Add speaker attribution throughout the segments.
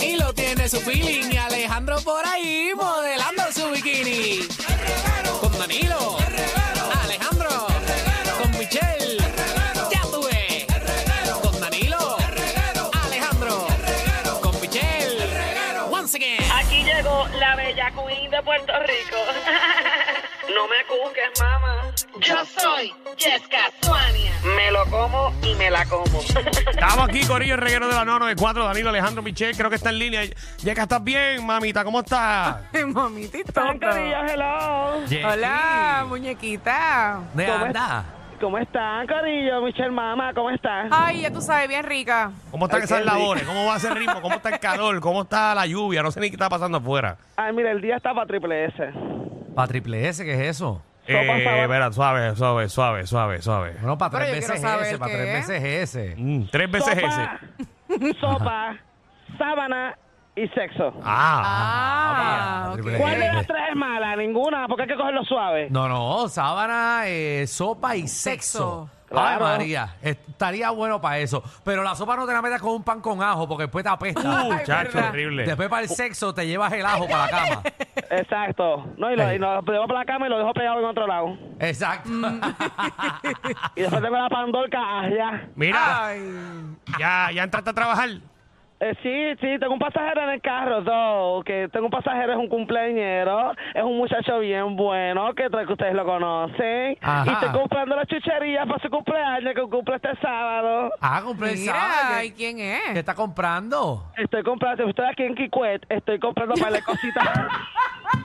Speaker 1: de su feeling y Alejandro por ahí modelando su bikini. Con Danilo, Alejandro, con Michelle, ya tuve. Con Danilo, Alejandro, con Michelle, once again.
Speaker 2: Aquí llegó la bella queen de Puerto Rico. No me cuques, mamá. Yo soy Jessica Suania. Me lo como y me la como.
Speaker 3: Estamos aquí, Corillo, el reguero de la 994, Danilo Alejandro Michel, creo que está en línea. Yeca, ¿estás bien, mamita? ¿Cómo estás?
Speaker 4: Mamita y tonto.
Speaker 2: Corillo, hello.
Speaker 4: Hola, muñequita.
Speaker 5: ¿Dónde
Speaker 2: ¿Cómo
Speaker 5: anda?
Speaker 2: ¿Cómo están, Corillo? Michelle Mama, ¿cómo estás?
Speaker 3: Ah.
Speaker 4: Ay, ya tú sabes, bien rica.
Speaker 3: ¿Cómo están
Speaker 2: Ay,
Speaker 3: esas
Speaker 2: qué rico.
Speaker 3: labores? ¿Cómo va ese ritmo? ¿Cómo está el calor? ¿Cómo está la lluvia? No sé ni qué está pasando afuera.
Speaker 2: Ay, mira, el día está para triple S.
Speaker 5: ¿Para triple S? ¿Qué es eso?
Speaker 3: Eh,
Speaker 2: sábana.
Speaker 3: espera, suave, suave, suave, suave, suave.
Speaker 5: Bueno, para
Speaker 4: Pero
Speaker 5: tres
Speaker 4: yo quiero
Speaker 5: veces
Speaker 4: saber
Speaker 5: S, para
Speaker 4: qué
Speaker 5: tres
Speaker 4: es.
Speaker 5: veces S.
Speaker 3: Mm, tres veces ese.
Speaker 2: Sopa, sopa, sábana y sexo.
Speaker 3: Ah,
Speaker 4: Ah,
Speaker 5: Ah,
Speaker 4: ok.
Speaker 5: triple
Speaker 2: ¿Cuál de
Speaker 5: Eh,
Speaker 2: las
Speaker 5: eh.
Speaker 2: tres es mala? Ninguna, porque hay que cogerlo suave.
Speaker 5: No, no, sábana, eh, sopa y sexo.
Speaker 4: Sexo.
Speaker 5: Ay,
Speaker 2: Claro.
Speaker 5: María, estaría bueno para eso. Pero la sopa no te la metas con un pan con ajo porque después te apesta.
Speaker 3: Uh,
Speaker 4: Ay,
Speaker 3: chacho,
Speaker 4: verdad.
Speaker 3: horrible.
Speaker 5: después para el sexo te llevas el ajo para la cama.
Speaker 2: Exacto. No, y lo,
Speaker 5: Ey.
Speaker 2: y lo llevo para la cama y lo dejo pegado en otro lado.
Speaker 5: Exacto.
Speaker 2: Y después tengo la pandorca ah, allá.
Speaker 3: Mira,
Speaker 4: Ay.
Speaker 3: ya, ya entraste a trabajar.
Speaker 2: Eh, sí, sí, tengo un pasajero en el carro, though, que tengo un pasajero, es un cumpleañero, es un muchacho bien bueno, que, tra- que ustedes lo conocen,
Speaker 5: Ajá.
Speaker 2: y estoy comprando la chuchería para su cumpleaños, que cumple este sábado.
Speaker 5: Ah, compré el sábado.
Speaker 4: Mira, ¿y quién
Speaker 5: ¿Qué
Speaker 4: es?
Speaker 5: está comprando?
Speaker 2: Estoy comprando, si estoy aquí en Kikwet, estoy comprando para la cosita.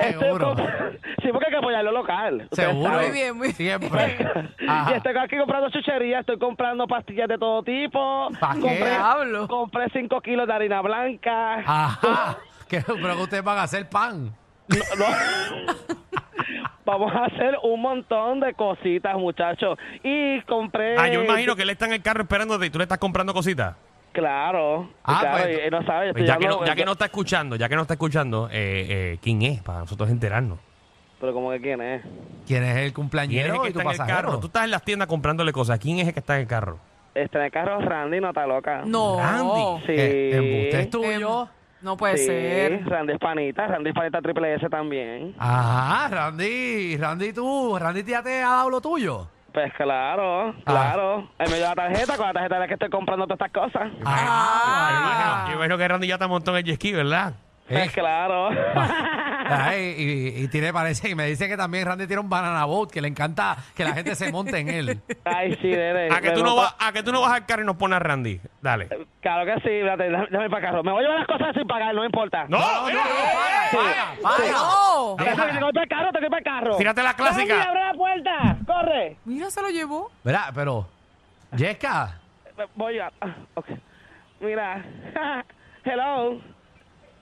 Speaker 2: Este
Speaker 5: Seguro.
Speaker 2: sí, porque hay que apoyar lo local. ustedes
Speaker 5: Seguro.
Speaker 2: saben.
Speaker 4: Muy bien, muy bien.
Speaker 5: Siempre.
Speaker 2: Y
Speaker 5: Ajá.
Speaker 2: estoy aquí comprando chuchería, estoy comprando pastillas de todo tipo.
Speaker 5: ¿Pa' qué?
Speaker 2: Compré,
Speaker 4: Diablo.
Speaker 2: compré 5 kilos de harina blanca.
Speaker 3: Ah.
Speaker 5: Ajá. ¿Qué- pero que ustedes van a hacer pan.
Speaker 2: No. Vamos a hacer un montón de cositas, muchachos. Y compré.
Speaker 3: Ah, yo imagino que él está en el carro esperándote y tú le estás comprando cositas.
Speaker 2: Claro.
Speaker 5: Ah,
Speaker 2: claro, y-
Speaker 5: pues,
Speaker 2: y no sabe, yo
Speaker 3: Pues
Speaker 2: estoy
Speaker 3: ya, que no,
Speaker 2: hablando-
Speaker 3: ya que no está escuchando, ya que no está escuchando, eh, eh, ¿quién es? Para nosotros enterarnos.
Speaker 2: Pero como que quién es.
Speaker 5: ¿Quién es el
Speaker 3: ¿Quién es el
Speaker 5: cumpleañero
Speaker 3: que
Speaker 5: y tu
Speaker 3: está en el
Speaker 5: pasajero?
Speaker 3: carro? Tú estás en las tiendas comprándole cosas. ¿Quién es el que está en el carro?
Speaker 2: Este en el carro Randy, no está loca.
Speaker 4: No.
Speaker 3: Randy.
Speaker 2: Sí.
Speaker 5: Eh, embuste es tuyo.
Speaker 4: Em, No puede
Speaker 2: sí,
Speaker 4: ser.
Speaker 2: Randy es panita, Randy es panita triple S también.
Speaker 5: Ajá, Randy, Randy tú, Randy ya te ha dado lo tuyo.
Speaker 2: Pues claro,
Speaker 3: Ah.
Speaker 2: claro. Él me dio la tarjeta, con la tarjeta es la que estoy comprando todas estas cosas.
Speaker 4: Ah.
Speaker 3: Yo imagino que Randy ya está montado en el jet ski, ¿verdad?
Speaker 5: Eh,
Speaker 2: Pues claro.
Speaker 3: Ah.
Speaker 5: ay, Ah, y, y tiene, parece, y me dice que también Randy tiene un banana boat, que le encanta que la gente se monte en él.
Speaker 2: Ay, sí, nene.
Speaker 3: ¿A que,
Speaker 2: Eh, Me Eh,
Speaker 3: tú no
Speaker 2: monto-
Speaker 3: vas, a que tú no vas al carro y nos pones a Randy. Dale.
Speaker 2: Claro que sí, espérate, déjame, déjame para carro. Me voy a llevar las cosas sin pagar, no me importa.
Speaker 3: No, eh, no, no,
Speaker 5: para, para, para.
Speaker 4: No.
Speaker 2: Te voy para el carro, te voy para el carro.
Speaker 3: Tírate la clásica.
Speaker 2: Randy, abre la puerta. Corre.
Speaker 4: Mira, se lo llevó.
Speaker 5: Verá, pero, Yesca,
Speaker 2: Voy a... ah, ok. Mira. Hello.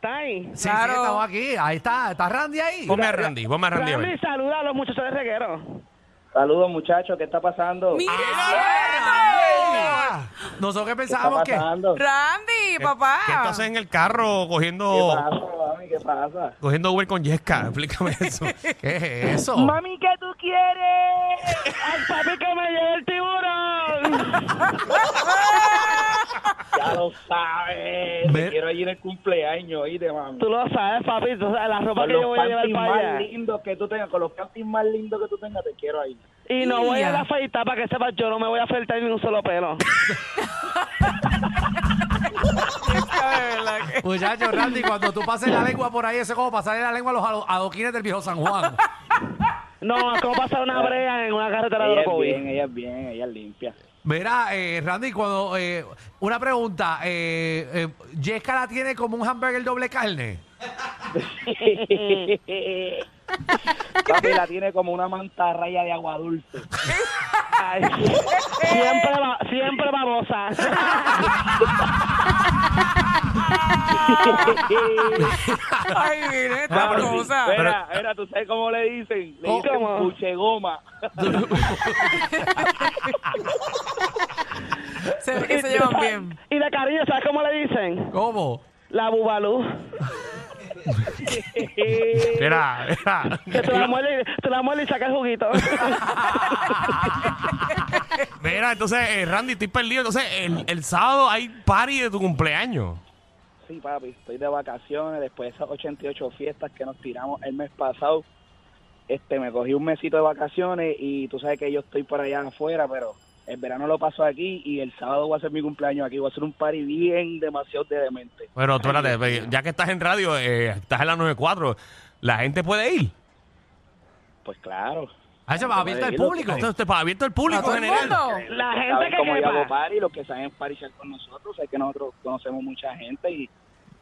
Speaker 2: Time.
Speaker 5: sí,
Speaker 4: Claro.
Speaker 5: sí,
Speaker 2: Ah,
Speaker 5: estamos aquí, ahí está, está Randy ahí.
Speaker 3: Ponme a Randy, ponme a Randy a
Speaker 2: Randy,
Speaker 3: ver.
Speaker 2: saluda a los muchachos de reguero.
Speaker 6: Saludos muchachos, ¿qué está pasando?
Speaker 4: Mira,
Speaker 5: Ah, Nosotros que pensábamos que...
Speaker 6: pasando? ¿Qué
Speaker 4: Randy,
Speaker 3: ¿Qué-
Speaker 4: papá.
Speaker 3: ¿Qué tú haces en el carro cogiendo,
Speaker 6: pasa, mami? ¿Qué pasa?
Speaker 3: cogiendo Uber con Yesca? Explícame eso.
Speaker 5: ¿Qué es eso?
Speaker 2: Mami, ¿qué tú quieres? Al papi que me lleve el tiburón.
Speaker 6: Ya lo sabes.
Speaker 5: Ve-
Speaker 6: Te quiero ir el cumpleaños, oíste, mami.
Speaker 2: tú lo sabes, papi. Tú sabes la ropa
Speaker 6: Con
Speaker 2: que yo
Speaker 6: los
Speaker 2: voy a llevar
Speaker 6: panties
Speaker 2: para allá.
Speaker 6: más lindos que tú tengas, con los panties más lindos que tú tengas, te quiero ahí.
Speaker 2: Y no voy a
Speaker 4: Ya.
Speaker 2: la afeitar para que sepas, yo no me voy a afeitar ni un solo pelo.
Speaker 5: Muchachos, Pues Randy, cuando tú pases la lengua por ahí, eso es como pasarle la lengua a los ado- adoquines del viejo San Juan.
Speaker 2: No, es como pasar una brea en una carretera de
Speaker 6: Ella es
Speaker 2: Orocovi.
Speaker 6: bien, ella es bien, ella es limpia.
Speaker 5: Mira, eh, Randy, cuando eh, una pregunta, eh, eh, ¿Yesca la tiene como un hamburger doble carne?
Speaker 6: eh. Papi la tiene como una mantarraya de agua dulce.
Speaker 2: Ay, siempre, va, siempre babosa.
Speaker 4: Ay, mira esta
Speaker 6: Papi,
Speaker 4: cosa.
Speaker 6: Mira, mira, tú sabes cómo le dicen. Le dicen
Speaker 2: ¿Cómo?
Speaker 6: puchegoma.
Speaker 4: Se ve que se llevan bien.
Speaker 2: Y de cariño, ¿sabes cómo le dicen?
Speaker 5: ¿Cómo?
Speaker 2: La bubalú.
Speaker 3: Espera, espera.
Speaker 2: Que te la muele, te la muele y saca el juguito.
Speaker 3: Mira, entonces, eh, Randy, estoy perdido. Entonces, el, el sábado hay party de tu cumpleaños.
Speaker 6: sí, papi, estoy de vacaciones, después de esas 88 fiestas que nos tiramos el mes pasado, este, me cogí un mesito de vacaciones y tú sabes que yo estoy por allá afuera, pero el verano lo paso aquí y el sábado voy a hacer mi cumpleaños aquí, voy a hacer un party bien demasiado de demente.
Speaker 3: Bueno, tú espérate, ve, ya que estás en radio, eh, estás en la 94, ¿la gente puede ir?
Speaker 6: Pues claro.
Speaker 5: Ah, eso va abierto al público.
Speaker 3: Esto es para abierto al público
Speaker 4: ¿A todo
Speaker 3: en
Speaker 4: el
Speaker 3: general.
Speaker 4: mundo?
Speaker 2: La
Speaker 6: Los que
Speaker 2: gente
Speaker 6: saben
Speaker 2: que
Speaker 6: cómo yo hago
Speaker 2: quepa.
Speaker 6: party, los que saben parishar con nosotros, es que nosotros conocemos mucha gente y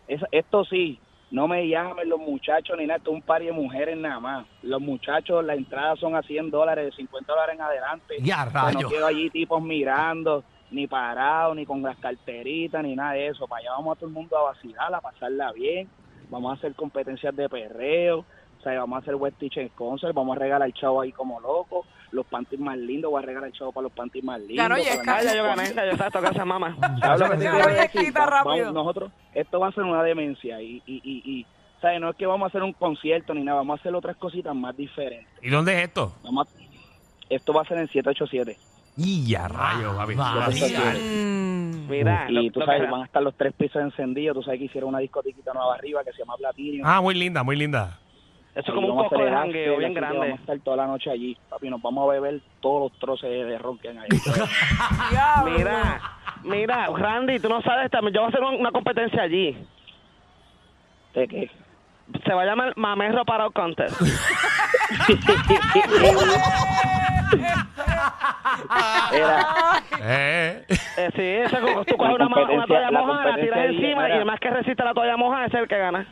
Speaker 6: es- esto sí, no me llamen los muchachos ni nada, esto es un party de mujeres nada más. Los muchachos, la entrada son a 100 dólares, de 50 dólares en adelante.
Speaker 5: Ya,
Speaker 6: O sea,
Speaker 5: rayo.
Speaker 6: no quiero allí tipos mirando, ni parados, ni con las carteritas, ni nada de eso. Para allá vamos a todo el mundo a vacilar, a pasarla bien. Vamos a hacer competencias de perreo. O sea, vamos a hacer West Teacher Concert. Vamos a regalar chavo ahí como loco. Los panties más lindos. Voy a regalar chavo para los panties más lindos.
Speaker 4: Ganó
Speaker 6: para
Speaker 4: Yesca.
Speaker 6: nada.
Speaker 2: Ah, ya yo gané, ya yo exacto, gracias mamá.
Speaker 6: ¿Sabes lo que te
Speaker 4: Ganó
Speaker 6: quiero
Speaker 4: Yesquita
Speaker 6: decir? Va-
Speaker 4: rápido.
Speaker 6: vamos- nosotros, esto va a ser una demencia. Y, y, y, y, ¿sabes? No es que vamos a hacer un concierto ni nada. Vamos a hacer otras cositas más diferentes.
Speaker 3: ¿Y dónde es esto?
Speaker 6: Vamos a- esto va a ser en 787.
Speaker 3: Y ya
Speaker 5: Ah,
Speaker 3: rayo, papi.
Speaker 5: María.
Speaker 3: Lo personal.
Speaker 4: Mm.
Speaker 2: Mira, Ah, lo-
Speaker 6: y tú
Speaker 2: lo
Speaker 6: sabes,
Speaker 2: que-
Speaker 6: van a estar los tres pisos encendidos. Tú sabes que hicieron una discotequita nueva arriba que se llama Platinum.
Speaker 3: Ah, muy linda, muy linda.
Speaker 6: Ahí
Speaker 2: eso es como un
Speaker 6: vamos a
Speaker 2: poco de
Speaker 6: hacer el
Speaker 2: jangueo
Speaker 6: after,
Speaker 2: bien
Speaker 6: así que Vamos
Speaker 2: grande.
Speaker 6: a estar toda la noche allí, papi. Nos vamos a beber todos los troces de, de ron que hay ahí.
Speaker 4: Diablo.
Speaker 2: Mira, mira, Randy, tú no sabes, también yo voy a hacer un- una competencia allí.
Speaker 6: ¿De qué?
Speaker 2: Se va a llamar Mamerro Parado Contest.
Speaker 6: Era
Speaker 3: Eh, eh.
Speaker 2: Eh, sí, eso es como tú
Speaker 6: La
Speaker 2: coges una, ma- una
Speaker 6: competencia-
Speaker 2: toalla
Speaker 6: la
Speaker 2: mojada, la tiras
Speaker 6: competencia
Speaker 2: encima y
Speaker 6: era-
Speaker 2: el más que resiste la toalla mojada es el que gana.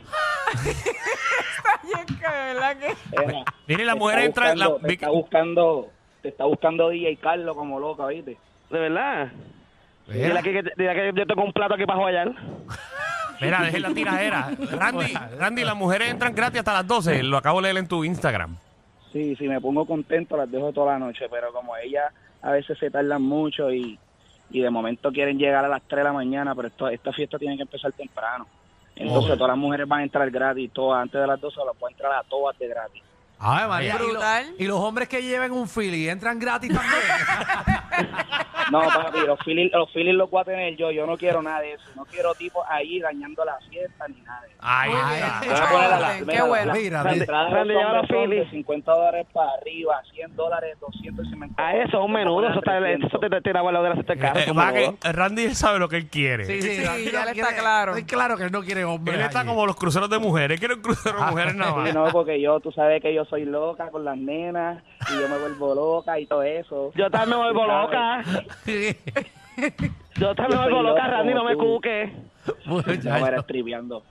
Speaker 4: Esta Yesca, de verdad que...
Speaker 6: era.
Speaker 3: Mire, la
Speaker 6: Te
Speaker 3: mujer
Speaker 6: está
Speaker 3: entra. en la-
Speaker 6: buscando- te está buscando, te está buscando DJ Carlos como loca, ¿viste?
Speaker 2: De verdad.
Speaker 3: Mira.
Speaker 2: Dile aquí que, dile que yo tengo un plato aquí para joyar.
Speaker 3: Mira, dejen la tiradera. Randy, Randy, las mujeres entran gratis hasta las 12. Lo acabo de leer en tu Instagram.
Speaker 6: Sí, si me pongo contento las dejo toda la noche, pero como ellas a veces se tardan mucho y, y de momento quieren llegar a las 3 de la mañana, pero esto- esta fiesta tiene que empezar temprano. Entonces todas las mujeres van a entrar gratis, todas antes de las 12 las pueden entrar a todas de gratis.
Speaker 5: Ay, María. Y, lo-
Speaker 4: Brutal.
Speaker 5: y los hombres que lleven un Philly entran gratis también.
Speaker 6: No, papi, los Phillies los, Phillies los voy a tener yo, yo no quiero nada de eso, no quiero tipos ahí dañando la fiesta ni nada de eso.
Speaker 3: Ahí
Speaker 5: Ay,
Speaker 3: está. Eh,
Speaker 5: qué
Speaker 6: Voy a poner a la-
Speaker 4: Qué
Speaker 6: mira, la-
Speaker 4: bueno.
Speaker 6: la-
Speaker 5: Mira,
Speaker 6: la
Speaker 5: de-
Speaker 6: entrada
Speaker 2: Ah, Randy,
Speaker 6: de los
Speaker 2: ahora
Speaker 6: hombres son de
Speaker 2: Phillies.
Speaker 6: 50 dólares para arriba, 100 dólares, 200 y se me
Speaker 2: A Ah, eso, un menudo, eso, está, eso te, te tira a la de la carro.
Speaker 3: Eh,
Speaker 2: un
Speaker 3: va que
Speaker 2: menudo.
Speaker 3: Randy él sabe lo que él quiere.
Speaker 4: Sí,
Speaker 5: Randy
Speaker 4: ya
Speaker 5: no
Speaker 4: le está
Speaker 5: quiere-
Speaker 4: claro.
Speaker 5: Estoy claro que él no quiere hombres.
Speaker 3: Él está
Speaker 5: allí.
Speaker 3: como los cruceros de mujeres. Quiere un crucero
Speaker 5: Ah.
Speaker 3: de mujeres nada
Speaker 6: Sí,
Speaker 3: más.
Speaker 6: no, porque yo, tú sabes que yo soy loca con las nenas y yo me vuelvo loca y todo eso.
Speaker 2: Yo también me vuelvo loca. Yo también
Speaker 6: Yo
Speaker 2: me vuelvo
Speaker 6: soy
Speaker 2: loca,
Speaker 6: loco
Speaker 2: Randy, no
Speaker 6: como
Speaker 2: me
Speaker 6: tú.
Speaker 2: cuques.
Speaker 6: No me
Speaker 5: Muchacho.
Speaker 6: la triviando.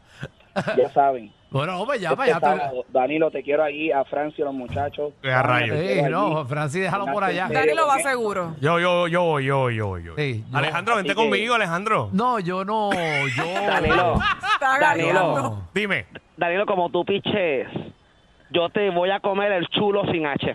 Speaker 6: Ya saben.
Speaker 5: Bueno, hombre, ya,
Speaker 6: Este
Speaker 5: para allá.
Speaker 6: sábado, Danilo, te quiero allí, a Francio, los muchachos.
Speaker 3: Qué a rayos.
Speaker 6: Te quiero
Speaker 5: Sí, no,
Speaker 6: allí.
Speaker 5: Francis, déjalo por allá.
Speaker 6: Dale.
Speaker 4: Dani lo va seguro.
Speaker 3: Yo, yo, yo, voy, yo, voy, yo, voy, yo. voy.
Speaker 5: Sí, yo-
Speaker 3: Alejandro, vente
Speaker 6: Así que-
Speaker 3: conmigo, Alejandro.
Speaker 5: No, yo no, yo.
Speaker 2: Danilo,
Speaker 4: Está
Speaker 2: Danilo.
Speaker 4: ganando.
Speaker 3: Dime.
Speaker 2: Danilo, como tú piches, yo te voy a comer el chulo sin H.